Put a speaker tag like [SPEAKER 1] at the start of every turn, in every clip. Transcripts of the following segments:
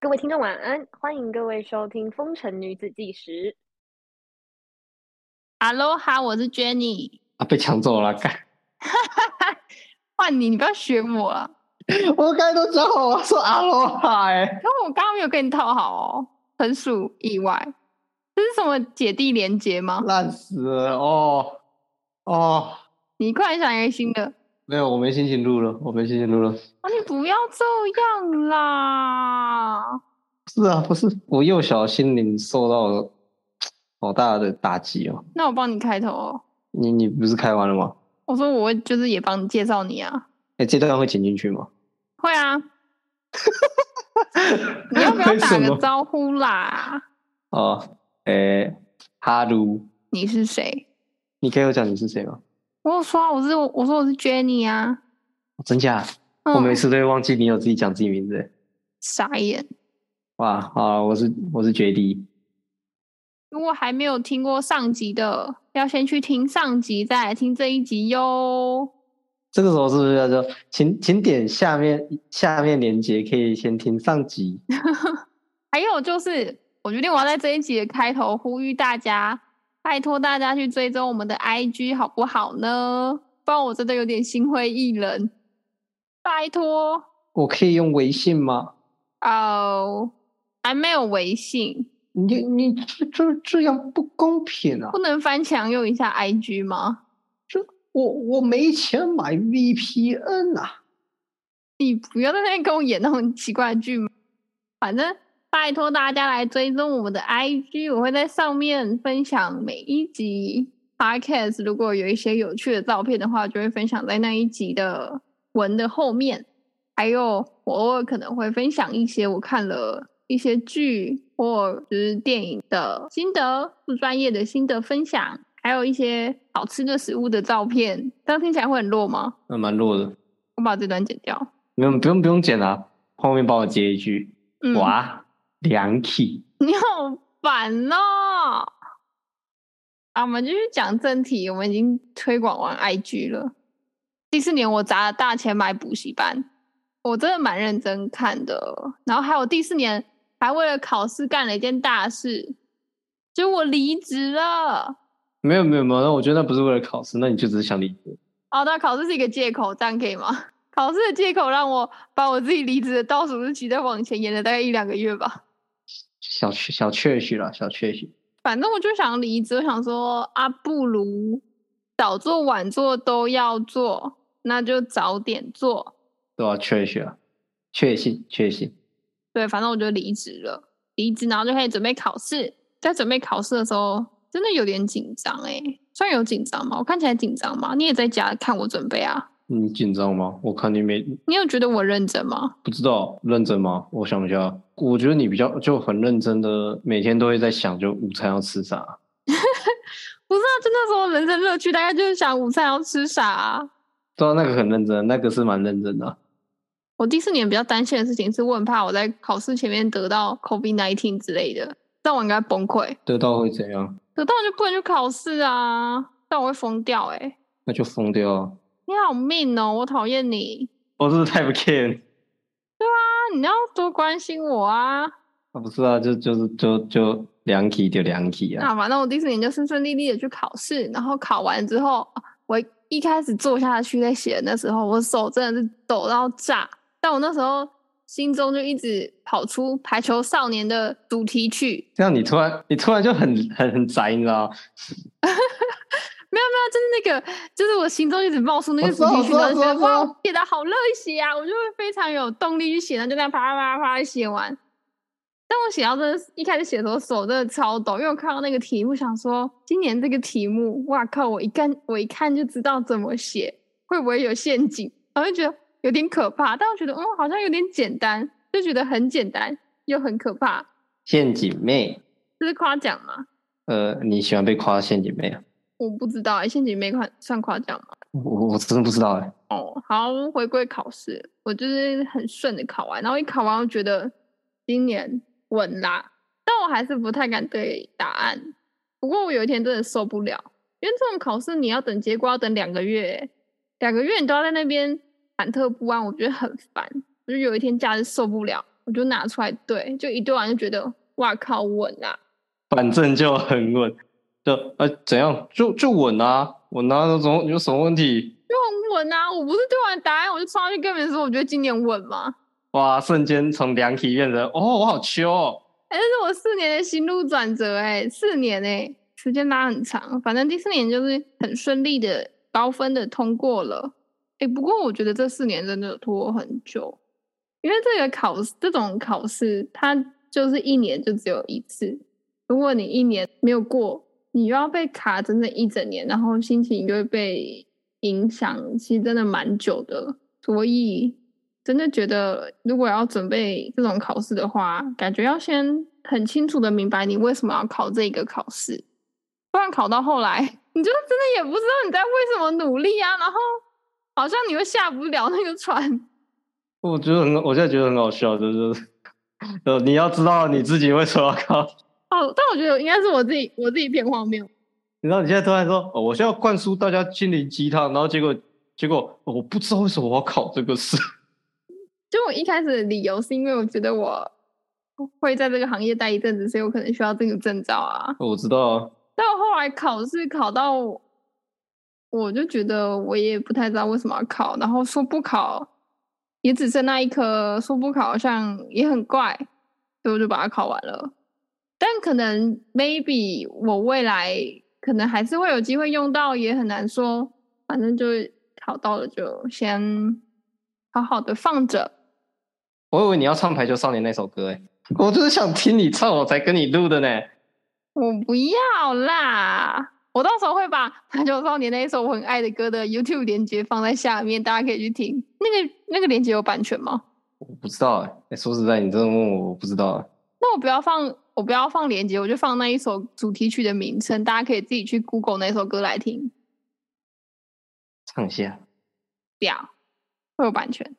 [SPEAKER 1] 各位听众晚安，欢迎各位收听《风尘女子纪实》。
[SPEAKER 2] Hello 哈，我是 Jenny，
[SPEAKER 3] 啊，被抢走了，干！
[SPEAKER 2] 换你，你不要学我啊！
[SPEAKER 3] 我刚才都讲好我说阿罗哈哎，
[SPEAKER 2] 因为我刚刚没有跟你套好哦，纯属意外。这是什么姐弟连结吗？
[SPEAKER 3] 烂死了哦哦，
[SPEAKER 2] 你快想一个新的
[SPEAKER 3] 没有，我没心情录了，我没心情录了。
[SPEAKER 2] 啊！你不要这样啦！
[SPEAKER 3] 是啊，不是我幼小心灵受到了好大的打击哦。
[SPEAKER 2] 那我帮你开头哦。
[SPEAKER 3] 你你不是开完了吗？
[SPEAKER 2] 我说我会就是也帮你介绍你啊，
[SPEAKER 3] 哎，这段会剪进去吗？
[SPEAKER 2] 会啊。你要不要
[SPEAKER 3] 为
[SPEAKER 2] 打
[SPEAKER 3] 什
[SPEAKER 2] 个
[SPEAKER 3] 么
[SPEAKER 2] 招呼啦？
[SPEAKER 3] 哦，哎，哈鲁，
[SPEAKER 2] 你是谁？
[SPEAKER 3] 你可以我讲你是谁吗？
[SPEAKER 2] 我有说啊我是我说我是 Jenny 啊。
[SPEAKER 3] 哦真假？
[SPEAKER 2] 嗯、
[SPEAKER 3] 我每次都会忘记你有自己讲自己名字欸。
[SPEAKER 2] 傻眼，
[SPEAKER 3] 哇，好啊，我是我是绝地。
[SPEAKER 2] 如果还没有听过上集的，要先去听上集，再来听这一集哟。
[SPEAKER 3] 这个时候是不是要说，请请点下面下面链接，可以先听上集。
[SPEAKER 2] 还有就是，我决定我要在这一集的开头呼吁大家，拜托大家去追踪我们的 IG 好不好呢？不然我真的有点心灰意冷。拜托，
[SPEAKER 3] 我可以用微信吗？
[SPEAKER 2] 哦，还没有微信，
[SPEAKER 3] 你你这这这样不公平啊
[SPEAKER 2] 不！能翻墙用一下 IG 吗？
[SPEAKER 3] 我我没钱买 VPN 啊！
[SPEAKER 2] 你不要在那边跟我演那种奇怪的剧嘛。反正拜托大家来追踪我们的 IG，我会在上面分享每一集 podcast。如果有一些有趣的照片的话，就会分享在那一集的文的后面。还有，我偶尔可能会分享一些我看了一些剧或就是电影的心得，不专业的心得分享，还有一些好吃的食物的照片。这样听起来会很弱吗？
[SPEAKER 3] 那蛮弱的，
[SPEAKER 2] 我把这段剪掉。
[SPEAKER 3] 没有不用不用剪啊，后面帮我接一句，
[SPEAKER 2] 嗯，
[SPEAKER 3] 哇，凉气！
[SPEAKER 2] 你好烦哦！啊，我们继续讲正题，我们已经推广完 IG 了。第四年我砸了大钱买补习班，我真的蛮认真看的。然后还有第四年还为了考试干了一件大事，就我离职了。
[SPEAKER 3] 没有没有没有，那我觉得那不是为了考试，那你就只是想离职。
[SPEAKER 2] 哦，那考试是一个借口，这样可以吗？ 考试的借口让我把我自己离职的倒数日期再往前延了大概一两个月吧。
[SPEAKER 3] 小确小确许啦，小确许。
[SPEAKER 2] 反正我就想离职，我想说啊，不如早做晚做都要做，那就早点做。
[SPEAKER 3] 对啊，确许啊，确信确信。
[SPEAKER 2] 对，反正我就离职了，离职然后就开始准备考试。在准备考试的时候，真的有点紧张哎、算有紧张吗？我看起来紧张吗？你也在家看我准备啊？
[SPEAKER 3] 你紧张吗？我看你没
[SPEAKER 2] 你有觉得我认真吗？
[SPEAKER 3] 不知道认真吗？我想一下，我觉得你比较就很认真的，每天都会在想，就午餐要吃啥。
[SPEAKER 2] 不是啊，就那时候人生乐趣大概就是想午餐要吃啥啊、
[SPEAKER 3] 对啊，那个很认真，那个是蛮认真的。
[SPEAKER 2] 我第四年比较担心的事情是，我很怕我在考试前面得到 COVID nineteen 之类的，但我应该崩溃。
[SPEAKER 3] 得到会怎样？
[SPEAKER 2] 可当然就不能去考试啊，但我会疯掉哎、
[SPEAKER 3] 那就疯掉啊！
[SPEAKER 2] 你好命哦，我讨厌你
[SPEAKER 3] 我真的太不 care
[SPEAKER 2] 啊！你要多关心我啊！
[SPEAKER 3] 啊，不是啊，就就是就就两体就两体啊。
[SPEAKER 2] 那反正我第四年就顺顺利利的去考试，然后考完之后，啊我一开始坐下去在写的那时候，我手真的是抖到炸，但我那时候心中就一直跑出《排球少年》的主题曲，
[SPEAKER 3] 这样你突然你突然就很很很宅，你知道吗？
[SPEAKER 2] 没有没有，就是那个，就是我心中一直冒出那
[SPEAKER 3] 我
[SPEAKER 2] 个
[SPEAKER 3] 知
[SPEAKER 2] 主
[SPEAKER 3] 道
[SPEAKER 2] 题
[SPEAKER 3] 我
[SPEAKER 2] 曲，
[SPEAKER 3] 知道
[SPEAKER 2] 然后
[SPEAKER 3] 我
[SPEAKER 2] 觉
[SPEAKER 3] 知道
[SPEAKER 2] 得哇，
[SPEAKER 3] 我知
[SPEAKER 2] 我写的好热血啊，我就会非常有动力去写，然后就那样啪啦啪啦啪啦写完。但我写到真的是，一开始写的时候手真的超抖，因为我看到那个题目，想说今年这个题目，哇靠，我一看我一看就知道怎么写，会不会有陷阱？然后就觉得有点可怕，但我觉得嗯，好像有点简单，就觉得很简单又很可怕，
[SPEAKER 3] 陷阱妹，
[SPEAKER 2] 这是夸奖吗？
[SPEAKER 3] 呃，你喜欢被夸陷阱妹啊？
[SPEAKER 2] 我不知道、欸，陷阱没夸算夸奖吗？
[SPEAKER 3] 我我我真的不知道哎、
[SPEAKER 2] 哦，好，回归考试，我就是很顺的考完，然后一考完，我觉得今年稳啦，但我还是不太敢对答案。不过我有一天真的受不了，因为这种考试你要等结果要等两个月，两个月你都要在那边忐忑不安，我觉得很烦。我就有一天假日受不了，我就拿出来对，就一对完就觉得哇靠稳啊！
[SPEAKER 3] 反正就很稳，就呃怎样就就稳啊，稳啊，有什么有什么问题？
[SPEAKER 2] 就很稳啊！我不是对完答案我就冲上去跟别人说，我觉得今年稳吗？
[SPEAKER 3] 哇，瞬间从凉皮变成哦，我好秋哦，
[SPEAKER 2] 哎、这是我四年的心路转折、哎，四年哎、时间拉很长，反正第四年就是很顺利的高分的通过了。哎、不过我觉得这四年真的拖很久，因为这个考试这种考试，它就是一年就只有一次，如果你一年没有过，你又要被卡整整一整年，然后心情就会被影响，其实真的蛮久的，所以真的觉得，如果要准备这种考试的话，感觉要先很清楚的明白你为什么要考这个考试，不然考到后来，你就真的也不知道你在为什么努力啊，然后好像你又下不了那个船。
[SPEAKER 3] 我觉得很，我现在觉得很好笑，就是，呃，你要知道你自己为什么要考，
[SPEAKER 2] 哦，但我觉得应该是我自己，我自己偏荒谬。
[SPEAKER 3] 你知道你现在突然说，哦、我现在要灌输大家心灵鸡汤，然后结果结果、哦我不知道为什么我要考这个试，
[SPEAKER 2] 就我一开始的理由是因为我觉得我会在这个行业待一阵子，所以我可能需要这个证照啊。
[SPEAKER 3] 我知道啊，
[SPEAKER 2] 但我后来考试考到，我就觉得我也不太知道为什么要考，然后说不考也只剩那一科，说不考好像也很怪，所以我就把它考完了。但可能 maybe 我未来可能还是会有机会用到，也很难说。反正就考到了，就先好好的放着。
[SPEAKER 3] 我以为你要唱《排球少年》那首歌，哎，我就是想听你唱，我才跟你录的呢。
[SPEAKER 2] 我不要啦！我到时候会把《排球少年》那一首我很爱的歌的 YouTube 连接放在下面，大家可以去听。那个那个连接有版权吗？
[SPEAKER 3] 我不知道哎、哎说实在，你真的问我，我不知道、哎
[SPEAKER 2] 那我不要放，我不要放连接，我就放那一首主题曲的名称，大家可以自己去 Google 那首歌来听。
[SPEAKER 3] 唱一下。
[SPEAKER 2] 不要，会有版权。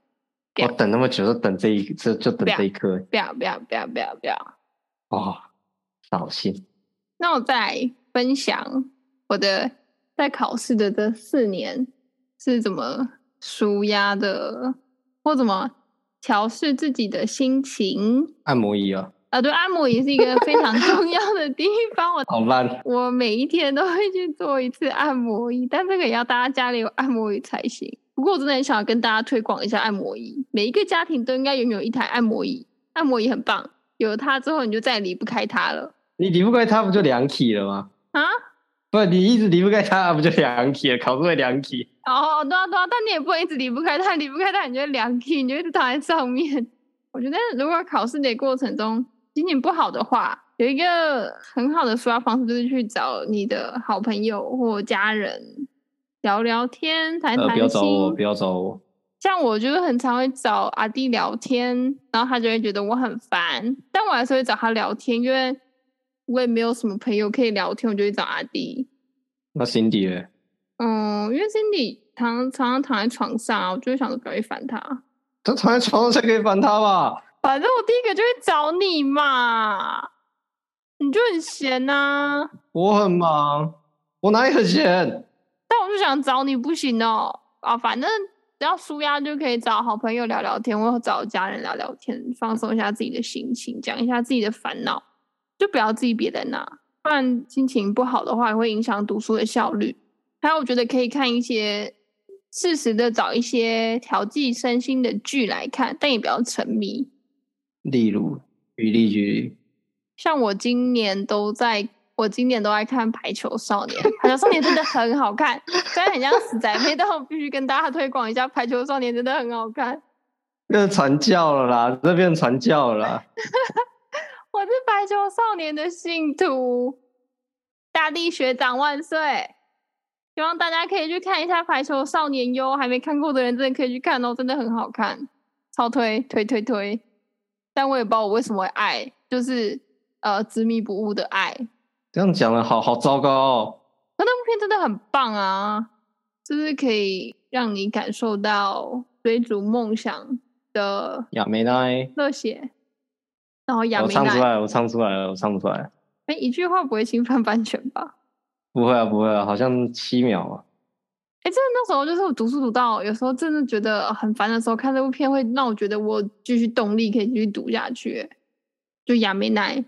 [SPEAKER 2] 对
[SPEAKER 3] 我
[SPEAKER 2] 啊
[SPEAKER 3] 等那么久，就等这一，就就等
[SPEAKER 2] 对啊
[SPEAKER 3] 这一刻、哎
[SPEAKER 2] 不要，不要，不要，不要，不要。
[SPEAKER 3] 哦，扫兴。
[SPEAKER 2] 那我再分享我的在考试的这四年是怎么舒压的，或怎么调试自己的心情。
[SPEAKER 3] 按摩椅啊，
[SPEAKER 2] 啊，对，按摩也是一个非常 重要的地方。我
[SPEAKER 3] 好烂。
[SPEAKER 2] 我每一天都会去做一次按摩椅，但这个也要大家家里有按摩椅才行。不过我真的很想要跟大家推广一下按摩椅，每一个家庭都应该拥有一台按摩椅。按摩椅很棒，有了它之后你就再也离不开它了
[SPEAKER 3] 你离不开他，不就两体了吗？
[SPEAKER 2] 啊！
[SPEAKER 3] 不，你一直离不开他，不就两体了？考出了两体，
[SPEAKER 2] 哦，对啊，对啊，但你也不能一直离不开它，离不开它，你就会凉气，你就一直躺在上面。我觉得如果考试的过程中心情不好的话，有一个很好的抒发方式就是去找你的好朋友或家人聊聊天，谈
[SPEAKER 3] 呃，
[SPEAKER 2] 谈心。
[SPEAKER 3] 不要找我，不要找我。
[SPEAKER 2] 像我就是很常会找阿弟聊天，然后他就会觉得我很烦，但我还是会找他聊天，因为我也没有什么朋友可以聊天，我就会找阿弟。
[SPEAKER 3] 那 Cindy 呢？
[SPEAKER 2] 嗯，因为 Cindy 常常常躺在床上啊，我就会想着不要去烦他。
[SPEAKER 3] 他躺在床上才可以烦他吧？
[SPEAKER 2] 反正我第一个就会找你嘛，你就很闲啊呐、
[SPEAKER 3] 我很忙，我哪里很闲？
[SPEAKER 2] 但我就想找你不行哦啊，反正只要舒压就可以找好朋友聊聊天，或找家人聊聊天，放松一下自己的心情，讲一下自己的烦恼，就不要自己憋在那，不然心情不好的话也会影响读书的效率。还有，我觉得可以看一些适时的找一些调剂身心的剧来看，但也不要沉迷。
[SPEAKER 3] 例如，举例举例，
[SPEAKER 2] 像我今年都在，我今年都在看《排球少年》，《排球少年》真的很好看，虽然很像死宅配，但我必须跟大家推广一下，《排球少年》真的很好看。
[SPEAKER 3] 变成传教了啦，这变成传教了啦。
[SPEAKER 2] 我是《排球少年》的信徒，大地学长万岁！希望大家可以去看一下《排球少年》哟，还没看过的人真的可以去看哦，真的很好看，超推推推推！但我也不知道我为什么会爱，就是呃执迷不悟的爱，
[SPEAKER 3] 这样讲的好好糟糕哦。
[SPEAKER 2] 那那部片真的很棒啊，就是可以让你感受到追逐梦想的
[SPEAKER 3] 亚美奈，
[SPEAKER 2] 热血。然后亚
[SPEAKER 3] 我
[SPEAKER 2] 美
[SPEAKER 3] 哦唱出
[SPEAKER 2] 娜，
[SPEAKER 3] 来，我唱出来了，我唱出来了。
[SPEAKER 2] 哎，一句话不会侵犯版权吧？
[SPEAKER 3] 不会啊，不会啊，好像七秒啊。
[SPEAKER 2] 哎，真的那时候就是我读书读到有时候真的觉得很烦的时候，看这部片会让我觉得我继续动力可以继续读下去欸。就亚美奶，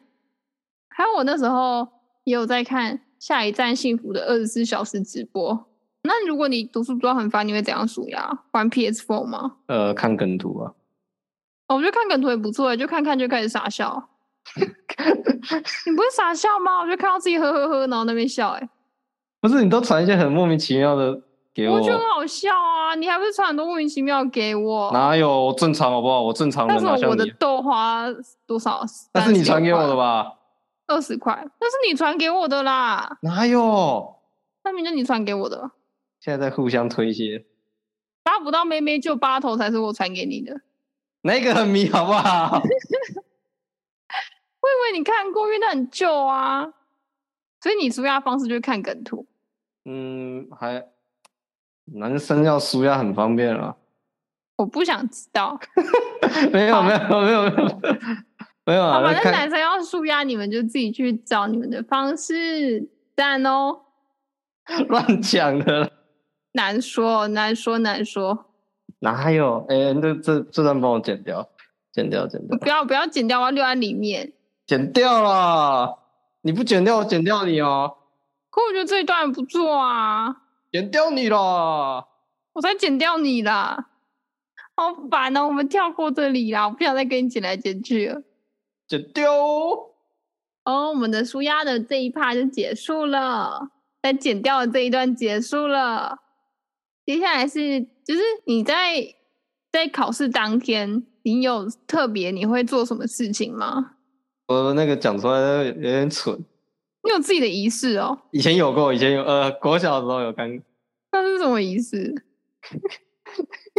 [SPEAKER 2] 还有我那时候也有在看《下一站幸福》的二十四小时直播。那如果你读书读到很烦，你会怎样数呀？玩 PS4 吗？
[SPEAKER 3] 呃，看梗图啊，
[SPEAKER 2] 哦我觉得看梗图也不错欸，就看看就开始傻笑。 你不会傻笑吗？我就看到自己呵呵呵，然后那边笑、欸，
[SPEAKER 3] 不是你都传一些很莫名其妙的给
[SPEAKER 2] 我觉得很好笑啊！你还不是传很多莫名其妙给我？
[SPEAKER 3] 哪有我正常好不好？我正常
[SPEAKER 2] 那
[SPEAKER 3] 人
[SPEAKER 2] 时
[SPEAKER 3] 哪
[SPEAKER 2] 候
[SPEAKER 3] 像
[SPEAKER 2] 哦我的
[SPEAKER 3] 你？
[SPEAKER 2] 豆花多少？
[SPEAKER 3] 那是你传给我的
[SPEAKER 2] 吧？
[SPEAKER 3] 吧？
[SPEAKER 2] 二十块，那是你传给我的啦，
[SPEAKER 3] 哪有？
[SPEAKER 2] 那明就你传给我的，
[SPEAKER 3] 现在在互相推卸，
[SPEAKER 2] 拉不到妹妹就八头才是我传给你的。我
[SPEAKER 3] 那个很迷好不好？
[SPEAKER 2] 以为你看过，因为那很旧啊，所以你舒压方式就是看梗图。
[SPEAKER 3] 嗯，还男生要输压很方便啊。
[SPEAKER 2] 我不想知道，
[SPEAKER 3] 没 有
[SPEAKER 2] 好
[SPEAKER 3] 没有没有没有没有
[SPEAKER 2] 好，
[SPEAKER 3] 啊，
[SPEAKER 2] 反
[SPEAKER 3] 那
[SPEAKER 2] 正
[SPEAKER 3] 看
[SPEAKER 2] 男生要舒压，你们就自己去找你们的方式，赞哦。
[SPEAKER 3] 乱讲的啦，
[SPEAKER 2] 难说，难说，难说，
[SPEAKER 3] 哪有？哎、这这这段帮我剪掉，剪掉，剪掉，
[SPEAKER 2] 不要不要剪掉，我要留在里面。
[SPEAKER 3] 剪掉啦！你不剪掉，我剪掉你哦，
[SPEAKER 2] 可我觉得这一段不错啊，
[SPEAKER 3] 剪掉你啦！
[SPEAKER 2] 我才剪掉你啦，好烦哦！我们跳过这里啦，我不想再跟你剪来剪去了。
[SPEAKER 3] 剪掉哦！
[SPEAKER 2] 哦，我们的舒压的这一趴就结束了，在剪掉的这一段结束了。接下来是，就是你在在考试当天，你有特别你会做什么事情吗？
[SPEAKER 3] 我那个讲出来有有点蠢，
[SPEAKER 2] 你有自己的仪式哦？
[SPEAKER 3] 以前有过，以前有，呃，国小的时候有干，
[SPEAKER 2] 那是什么仪式？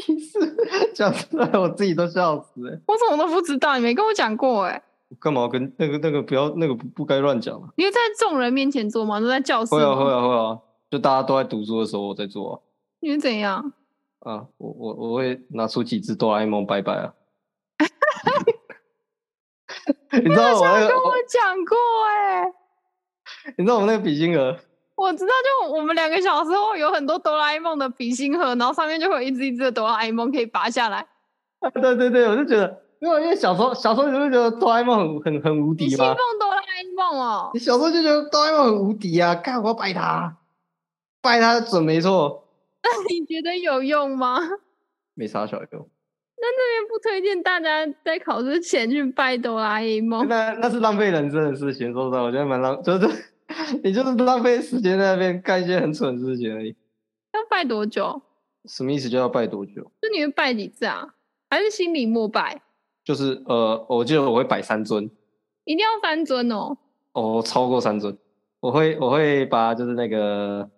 [SPEAKER 3] 一次 讲出来我自己都笑死了、
[SPEAKER 2] 我怎么都不知道，你没跟我讲过哎、
[SPEAKER 3] 干嘛跟那个那个不要那个不不该乱讲啊？
[SPEAKER 2] 你会在众人面前做吗？都在教室
[SPEAKER 3] 会啊
[SPEAKER 2] 吗
[SPEAKER 3] 会啊会啊！就大家都在读书的时候，我在做啊。
[SPEAKER 2] 你是怎样？
[SPEAKER 3] 啊，我我我会拿出几只哆啦 A 梦拜拜 啊！你知道我那
[SPEAKER 2] 跟
[SPEAKER 3] 个，
[SPEAKER 2] 我
[SPEAKER 3] 我
[SPEAKER 2] 讲过哎、
[SPEAKER 3] 你知道我那个比心盒，
[SPEAKER 2] 我知道，就我们两个小时候有很多哆啦 A 梦的笔芯盒，然后上面就会有一只一只的哆啦 A 梦可以拔下来。
[SPEAKER 3] 啊对对对，我就觉得，因为因为小时候小时候你就会觉得哆啦 A 梦很很很无
[SPEAKER 2] 你
[SPEAKER 3] 敌
[SPEAKER 2] 信
[SPEAKER 3] 嘛
[SPEAKER 2] 奉，哆啦 A 梦哦
[SPEAKER 3] 你？小时候就觉得哆啦 A 梦很无敌啊，干我要拜他，拜他准没错，
[SPEAKER 2] 那你觉得有用吗？ 这
[SPEAKER 3] 没啥小用，
[SPEAKER 2] 边不推荐大家在考试前去拜哆啦 A 梦。
[SPEAKER 3] 那那是浪费人生的事情，说实在，我觉得蛮浪， 就是你就是浪费时间在那边干一些很蠢的事情而已。
[SPEAKER 2] 要拜多久？
[SPEAKER 3] 什么意思？就要拜多久？
[SPEAKER 2] 就你会拜几次啊？还是心里默拜？
[SPEAKER 3] 就是呃，我记得我会摆三尊。
[SPEAKER 2] 一定要翻尊哦？
[SPEAKER 3] 哦，超过三尊，我会我会把就是那个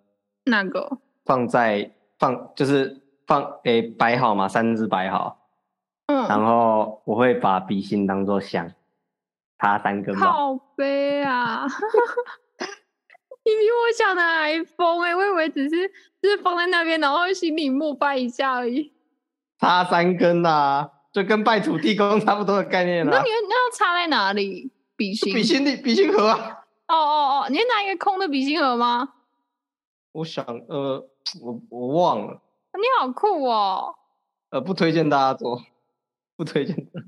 [SPEAKER 2] 哪个？
[SPEAKER 3] 放在放就是放诶摆好嘛，三只摆好，然
[SPEAKER 2] 嗯，
[SPEAKER 3] 后我会把笔芯当做香，插三根嘛。
[SPEAKER 2] 靠背啊！ 你比我想的还疯哎、我以为只是就是放在那边，然后心里默拜一下而已。
[SPEAKER 3] 插三根啦、就跟拜土地公差不多的概念
[SPEAKER 2] 那
[SPEAKER 3] 啦、
[SPEAKER 2] 你会那要插在哪里？笔芯？
[SPEAKER 3] 笔芯的笔芯盒啊，
[SPEAKER 2] 哦哦哦，你会拿一个空的笔芯盒吗？
[SPEAKER 3] 我想呃我我忘了，
[SPEAKER 2] 啊你好酷哦！
[SPEAKER 3] 呃不推荐大家做，不推荐大家。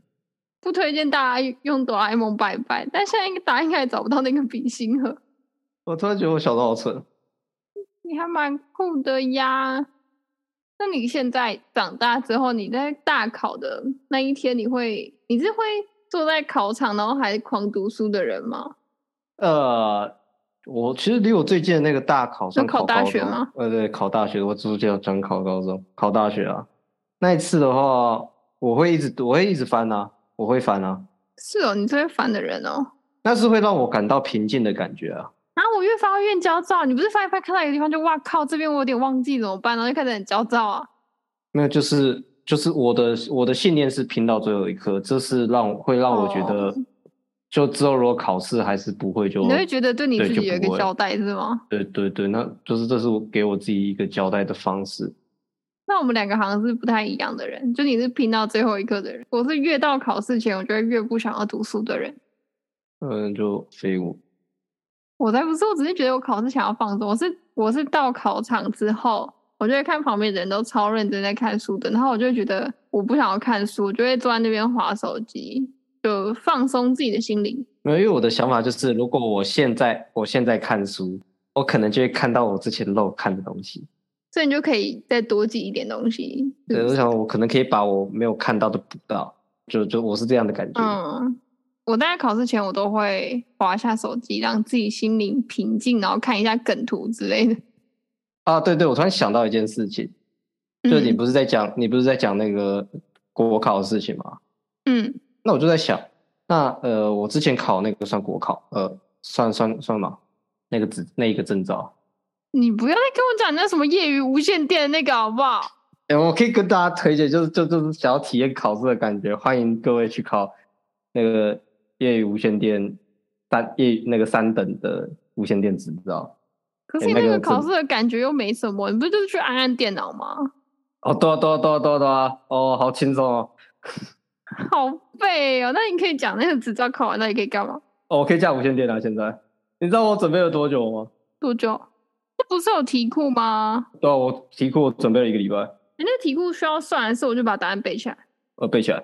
[SPEAKER 2] 不推荐大家用哆啦 A 梦拜拜，但现在大家应该也找不到那个笔芯盒，
[SPEAKER 3] 我突然觉得我小时候好蠢，
[SPEAKER 2] 你还蛮酷的呀。那你现在长大之后，你在大考的那一天，你会你是会坐在考场然后还狂读书的人吗？
[SPEAKER 3] 呃，我其实离我最近的那个大考算
[SPEAKER 2] 考
[SPEAKER 3] 考
[SPEAKER 2] 大
[SPEAKER 3] 高
[SPEAKER 2] 学
[SPEAKER 3] 中
[SPEAKER 2] 吗？
[SPEAKER 3] 呃，对，考大学，我之前有转考高中，考大学啊。那一次的话，我会一直读，我会一直翻啊，我会翻啊，
[SPEAKER 2] 是哦，你是会烦的人哦。
[SPEAKER 3] 那是会让我感到平静的感觉啊。
[SPEAKER 2] 然后我越发会越焦躁，你不是翻一翻看到一个地方就哇靠，这边我有点忘记怎么办，然后就开始很焦躁啊。
[SPEAKER 3] 没有，就是就是我的我的信念是拼到最后一刻，这是让我会让我觉
[SPEAKER 2] 哦
[SPEAKER 3] 得，就之后如果考试还是不会就，
[SPEAKER 2] 你会觉得对你
[SPEAKER 3] 对
[SPEAKER 2] 自
[SPEAKER 3] 就
[SPEAKER 2] 己有一
[SPEAKER 3] 不
[SPEAKER 2] 个
[SPEAKER 3] 会
[SPEAKER 2] 交代是吗？
[SPEAKER 3] 对对对，那就是这是我给我自己一个交代的方式。
[SPEAKER 2] 那我们两个好像是不太一样的人，就你是拼到最后一刻的人，我是越到考试前，我就会越不想要读书的人。
[SPEAKER 3] 嗯，就废物。
[SPEAKER 2] 我才不是，我只是觉得我考试想要放松，我是我是到考场之后，我就会看旁边的人都超认真在看书的，然后我就会觉得我不想要看书，我就会坐在那边划手机，就放松自己的心灵。
[SPEAKER 3] 没有，因为我的想法就是，如果我现在我现在看书，我可能就会看到我之前漏看的东西。
[SPEAKER 2] 所以你就可以再多记一点东西。是不
[SPEAKER 3] 对，我
[SPEAKER 2] 是
[SPEAKER 3] 想我可能可以把我没有看到的补到，就就我是这样的感觉。
[SPEAKER 2] 嗯，我大概考试前我都会划一下手机，让自己心灵平静，然后看一下梗图之类的。
[SPEAKER 3] 啊，对对，我突然想到一件事情，就你
[SPEAKER 2] 嗯
[SPEAKER 3] 不是在讲、你不是在讲那个国考的事情吗？
[SPEAKER 2] 嗯，
[SPEAKER 3] 那我就在想，那呃，我之前考那个算国考，呃，算算算嘛，那个执那一个证照。
[SPEAKER 2] 你不要再跟我讲那什么业余无线电那个好不好？
[SPEAKER 3] 哎、我可以跟大家推荐，就是就就是想要体验考试的感觉，欢迎各位去考那个业余无线电三业那个三等的无线电执照。
[SPEAKER 2] 可是
[SPEAKER 3] 哎
[SPEAKER 2] 你
[SPEAKER 3] 那
[SPEAKER 2] 那个
[SPEAKER 3] 个
[SPEAKER 2] 考
[SPEAKER 3] 真
[SPEAKER 2] 试的感觉又没什么，你不就是去按按电脑吗？
[SPEAKER 3] 哦，对啊，对啊，对啊，对啊，对啊，哦，好轻松哦。
[SPEAKER 2] 好背哦。那你可以讲那个执照考完到底可以干嘛？
[SPEAKER 3] 哦，我可以架无线电了、现在你知道我准备了多久吗？
[SPEAKER 2] 多久？那不是有题库吗？
[SPEAKER 3] 对啊，我题库我准备了一个礼拜，
[SPEAKER 2] 你那题库需要算，还是我就把答案背起来？
[SPEAKER 3] 我背呃起来。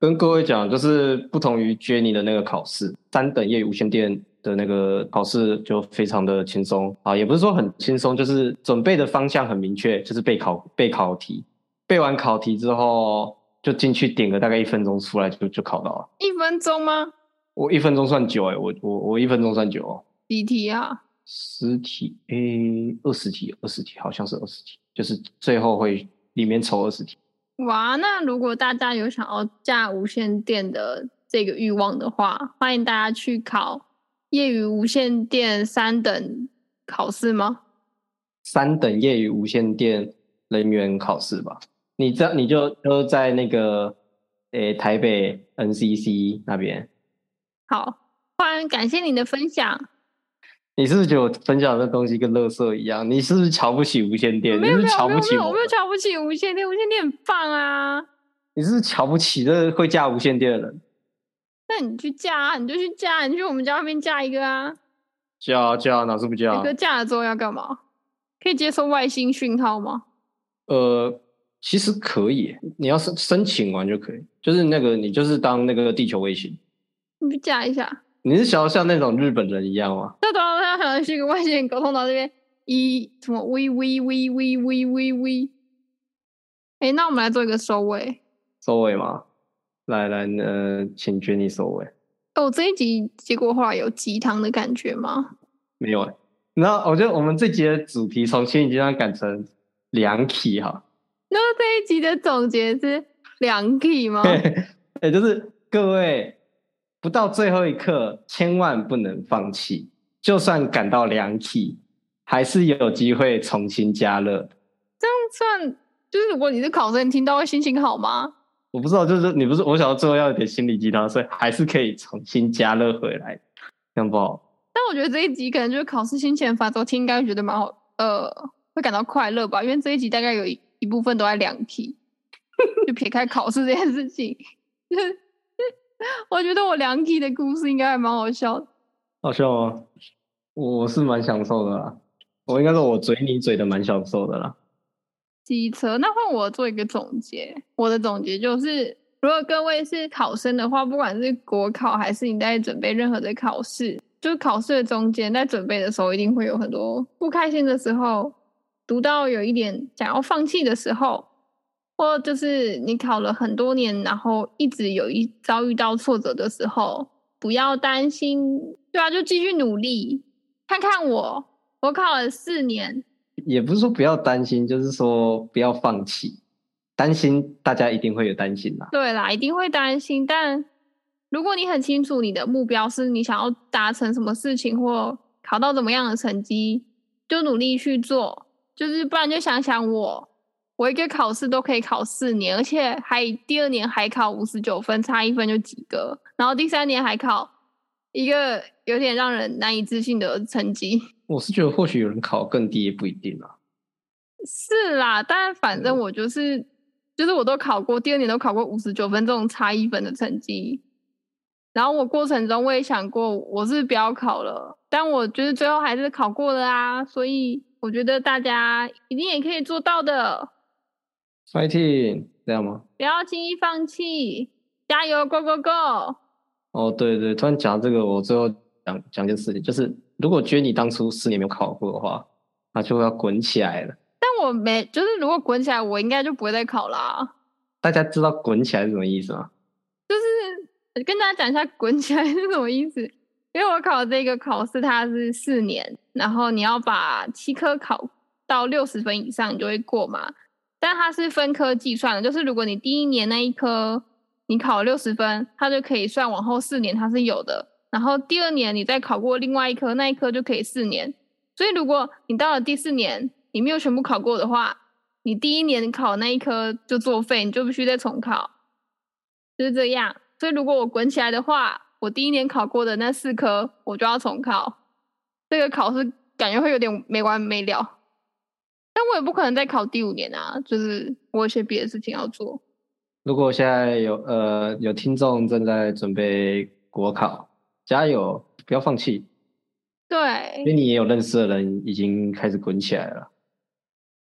[SPEAKER 3] 跟各位讲，就是不同于 Jenny 的那个考试，三等业余无线电的那个考试就非常的轻松啊，也不是说很轻松，就是准备的方向很明确，就是背考背考题，背完考题之后就进去点个大概一分钟出来就就考到了。
[SPEAKER 2] 一分钟吗？
[SPEAKER 3] 我一分钟算久哎、我我我一分钟算久哦，
[SPEAKER 2] 几题啊？
[SPEAKER 3] 十题诶，二十题，二十题好像是二十题，就是最后会里面抽二十题。
[SPEAKER 2] 哇，那如果大家有想要架无线电的这个欲望的话，欢迎大家去考业余无线电三等考试吗？
[SPEAKER 3] 三等业余无线电人员考试吧。你这你就就在那个诶、台北 NCC 那边。
[SPEAKER 2] 好，欢迎感谢你的分享。
[SPEAKER 3] 你是不是觉得我分享的东西跟垃圾一样？你是不是瞧不起无线电？你
[SPEAKER 2] 没有没
[SPEAKER 3] 是
[SPEAKER 2] 有
[SPEAKER 3] 不是瞧
[SPEAKER 2] 没
[SPEAKER 3] 不
[SPEAKER 2] 有没
[SPEAKER 3] 起
[SPEAKER 2] 有，
[SPEAKER 3] 我
[SPEAKER 2] 我
[SPEAKER 3] 们
[SPEAKER 2] 没有瞧不起无线电，无线电很棒啊。
[SPEAKER 3] 你是不是瞧不起这会架无线电的人？
[SPEAKER 2] 那你去架啊，你就去架啊，你去我们家外面架一个啊。
[SPEAKER 3] 架啊架啊，哪是不架
[SPEAKER 2] 那
[SPEAKER 3] 啊？
[SPEAKER 2] 个架了之后要干嘛？可以接收外星讯号吗？
[SPEAKER 3] 呃，其实可以，你要申申请完就可以，就是那个你就是当那个地球卫星。
[SPEAKER 2] 你去架一下。
[SPEAKER 3] 你是想要像那种日本人一样吗？
[SPEAKER 2] 那等到他啊好像是一个外星人沟通到这边一什么 v v v v v v v，哎，诶那我们来做一个收尾。
[SPEAKER 3] 收尾吗？来来，呃，请决你收尾。
[SPEAKER 2] 哦，这一集结果后来有鸡汤的感觉吗？
[SPEAKER 3] 没有、欸。然后我觉得我们这集的主题从心理鸡汤改成凉体哈，
[SPEAKER 2] 那这一集的总结是两体吗？
[SPEAKER 3] 也哎就是各位不到最后一刻，千万不能放弃，就算感到凉体，还是有机会重新加热。
[SPEAKER 2] 算就是如果你是考生，你听到会心情好吗？
[SPEAKER 3] 我不知道，就是你不是我想到最后要有点心理鸡汤，所以还是可以重新加热回来，这样不好。
[SPEAKER 2] 但我觉得这一集可能就是考试心情很烦，昨天应该会觉得蛮好，呃，会感到快乐吧，因为这一集大概有一一部分都在两题，就撇开考试这件事情， 就是我觉得我两题的故事应该还蛮好笑的。
[SPEAKER 3] 好笑吗？我我是蛮享受的啦，我应该说我嘴你嘴的蛮享受的啦。
[SPEAKER 2] 机车，那换我做一个总结，我的总结就是。如果各位是考生的话，不管是国考还是你在准备任何的考试，就是考试的中间，在准备的时候，一定会有很多不开心的时候，读到有一点想要放弃的时候，或就是你考了很多年，然后一直有一遭遇到挫折的时候，不要担心，对啊，就继续努力。看看我，我考了四年，
[SPEAKER 3] 也不是说不要担心，就是说不要放弃。担心大家一定会有担心啦，
[SPEAKER 2] 对啦，一定会担心，但如果你很清楚你的目标是你想要达成什么事情或考到怎么样的成绩，就努力去做。就是不然就想想我，我一个考试都可以考四年，而且还第二年还考五十九分，差一分就及格，然后第三年还考一个有点让人难以置信的成绩。
[SPEAKER 3] 我是觉得或许有人考更低也不一定啦。
[SPEAKER 2] 是啦，但反正我就是，就是我都考过，第二年都考过五十九分这种差一分的成绩。然后我过程中我也想过，我是不要考了，但我就是最后还是考过了啊，所以我觉得大家一定也可以做到的，
[SPEAKER 3] fighting 这样吗？
[SPEAKER 2] 不要轻易放弃，加油，Go Go Go！
[SPEAKER 3] 哦，对对，突然讲这个，我最后讲讲一件事情，就是如果觉得你当初四年没有考过的话，那就要滚起来了。
[SPEAKER 2] 但我没，就是如果滚起来，我应该就不会再考啦、
[SPEAKER 3] 大家知道滚起来是什么意思吗？
[SPEAKER 2] 就是跟大家讲一下“滚起来”是什么意思。因为我考这个考试，它是四年，然后你要把七科考到六十分以上，你就会过嘛。但它是分科计算的，就是如果你第一年那一科你考六十分，它就可以算往后四年它是有的。然后第二年你再考过另外一科，那一科就可以四年。所以如果你到了第四年你没有全部考过的话，你第一年考那一科就作废，你就必须再重考，就是这样。所以如果我滚起来的话，我第一年考过的那四科我就要重考，这个考试感觉会有点没完没了。但我也不可能再考第五年啊，就是我有些别的事情要做。
[SPEAKER 3] 如果现在有呃有听众正在准备国考，加油，不要放弃，因
[SPEAKER 2] 对，
[SPEAKER 3] 为你也有认识的人已经开始滚起来了。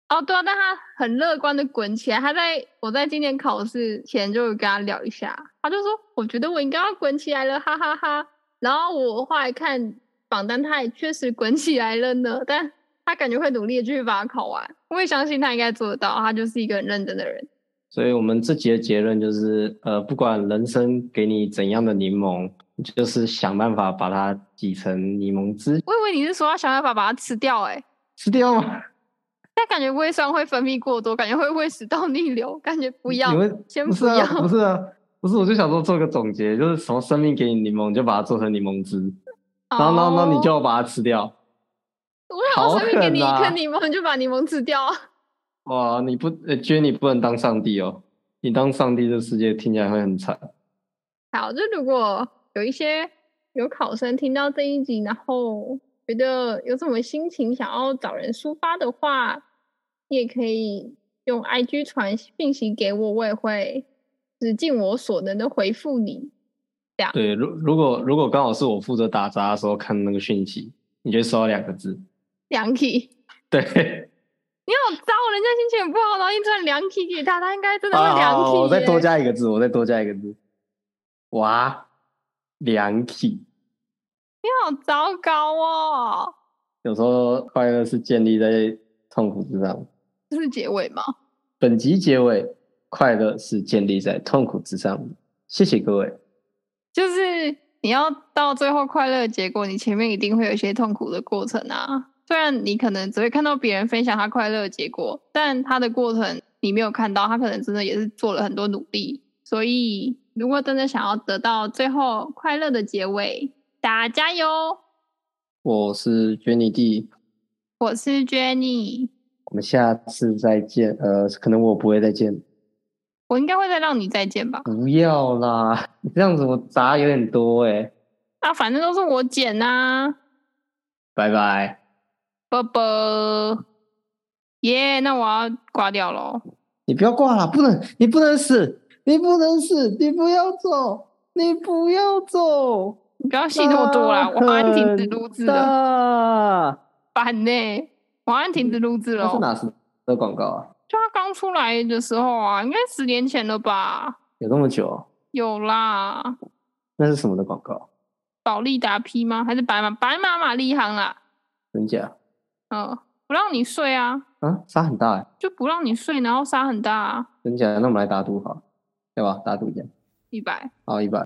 [SPEAKER 2] 哦对啊，但他很乐观的滚起来。他在我在今年考试前就有跟他聊一下，他就说我觉得我应该要滚起来了，哈哈哈然后我后来看榜单，他也确实滚起来了呢，但他感觉会努力的去把它考完。我也相信他应该做得到，他就是一个很认真的人。
[SPEAKER 3] 所以我们自己的结论就是，呃，不管人生给你怎样的柠檬，你就是想办法把它挤成柠檬汁
[SPEAKER 2] 我以为你是说要想办法把它吃掉、欸，哎，
[SPEAKER 3] 吃掉吗？
[SPEAKER 2] 但感觉胃酸会分泌过多，感觉会胃食道逆流，感觉不要
[SPEAKER 3] 你。们
[SPEAKER 2] 先
[SPEAKER 3] 不是
[SPEAKER 2] 不
[SPEAKER 3] 啊，
[SPEAKER 2] 要
[SPEAKER 3] 不是啊， 不是，我就想说做个总结，就是什么生命给你柠檬，你就把它做成柠檬汁，然后，然后，然后你
[SPEAKER 2] 哦
[SPEAKER 3] 就把它吃掉。
[SPEAKER 2] 我想说
[SPEAKER 3] 好
[SPEAKER 2] 随便给
[SPEAKER 3] 狠
[SPEAKER 2] 你一
[SPEAKER 3] 啊
[SPEAKER 2] 颗柠檬，你就把柠檬吃掉啊。
[SPEAKER 3] 哇，你不，呃，觉得你不能当上帝哦，你当上帝，这世界听起来会很惨。
[SPEAKER 2] 好，就如果有一些有考生听到这一集，然后觉得有什么心情想要找人抒发的话，你也可以用 IG 传讯息给我，我也会就是尽我所能的回复你。
[SPEAKER 3] 对，如如果如果刚好是我负责打杂的时候看那个讯息，你就会收到两个字，
[SPEAKER 2] 两 k
[SPEAKER 3] 对，
[SPEAKER 2] 你好糟，人家心情很不好，然后一串两 k 给他，他应该 真的会
[SPEAKER 3] 啊，
[SPEAKER 2] 两 k、
[SPEAKER 3] 好我再多加一个字，我再多加一个字，哇，凉体。
[SPEAKER 2] 你好糟糕哦！
[SPEAKER 3] 有时候快乐是建立在痛苦之上。
[SPEAKER 2] 这是结尾吗？
[SPEAKER 3] 本集结尾，快乐是建立在痛苦之上的。谢谢各位。
[SPEAKER 2] 就是你要到最后快乐的结果，你前面一定会有一些痛苦的过程啊。虽然你可能只会看到别人分享他快乐的结果，但他的过程你没有看到，他可能真的也是做了很多努力。所以，如果真的想要得到最后快乐的结尾，大家加油！
[SPEAKER 3] 我是 Jenny D，
[SPEAKER 2] 我是 Jenny，
[SPEAKER 3] 我们下次再见。呃，可能我不会再见，
[SPEAKER 2] 我应该会再让你再见吧。
[SPEAKER 3] 不要啦， 你这样子我杂有点多哎、
[SPEAKER 2] 啊，反正都是我剪呐、啊。
[SPEAKER 3] 拜拜。
[SPEAKER 2] 啵啵，耶、那我要挂掉喽。
[SPEAKER 3] 你不要挂了，不能，你不能死，你不能死，你不要走，你不要走。
[SPEAKER 2] 你不要戏那么多啦，我好像停止录制
[SPEAKER 3] 嗯啊
[SPEAKER 2] 了，
[SPEAKER 3] 了。
[SPEAKER 2] 烦呢、我好像停止录制
[SPEAKER 3] 嗯那是
[SPEAKER 2] 了。哦
[SPEAKER 3] 哪时的广告啊？
[SPEAKER 2] 就他刚出来的时候啊，应该十年前了吧？
[SPEAKER 3] 有那么久哦、
[SPEAKER 2] 有啦，
[SPEAKER 3] 那是什么的广告？
[SPEAKER 2] 保利达 P 吗？还是白马白马玛丽行啦？
[SPEAKER 3] 真假
[SPEAKER 2] 嗯，不让你睡啊，
[SPEAKER 3] 啊？差很大哎、
[SPEAKER 2] 就不让你睡，然后杀很大、啊，
[SPEAKER 3] 真假的？那我们来打赌好了，对吧？打赌一下，
[SPEAKER 2] 一百。
[SPEAKER 3] 好，一百。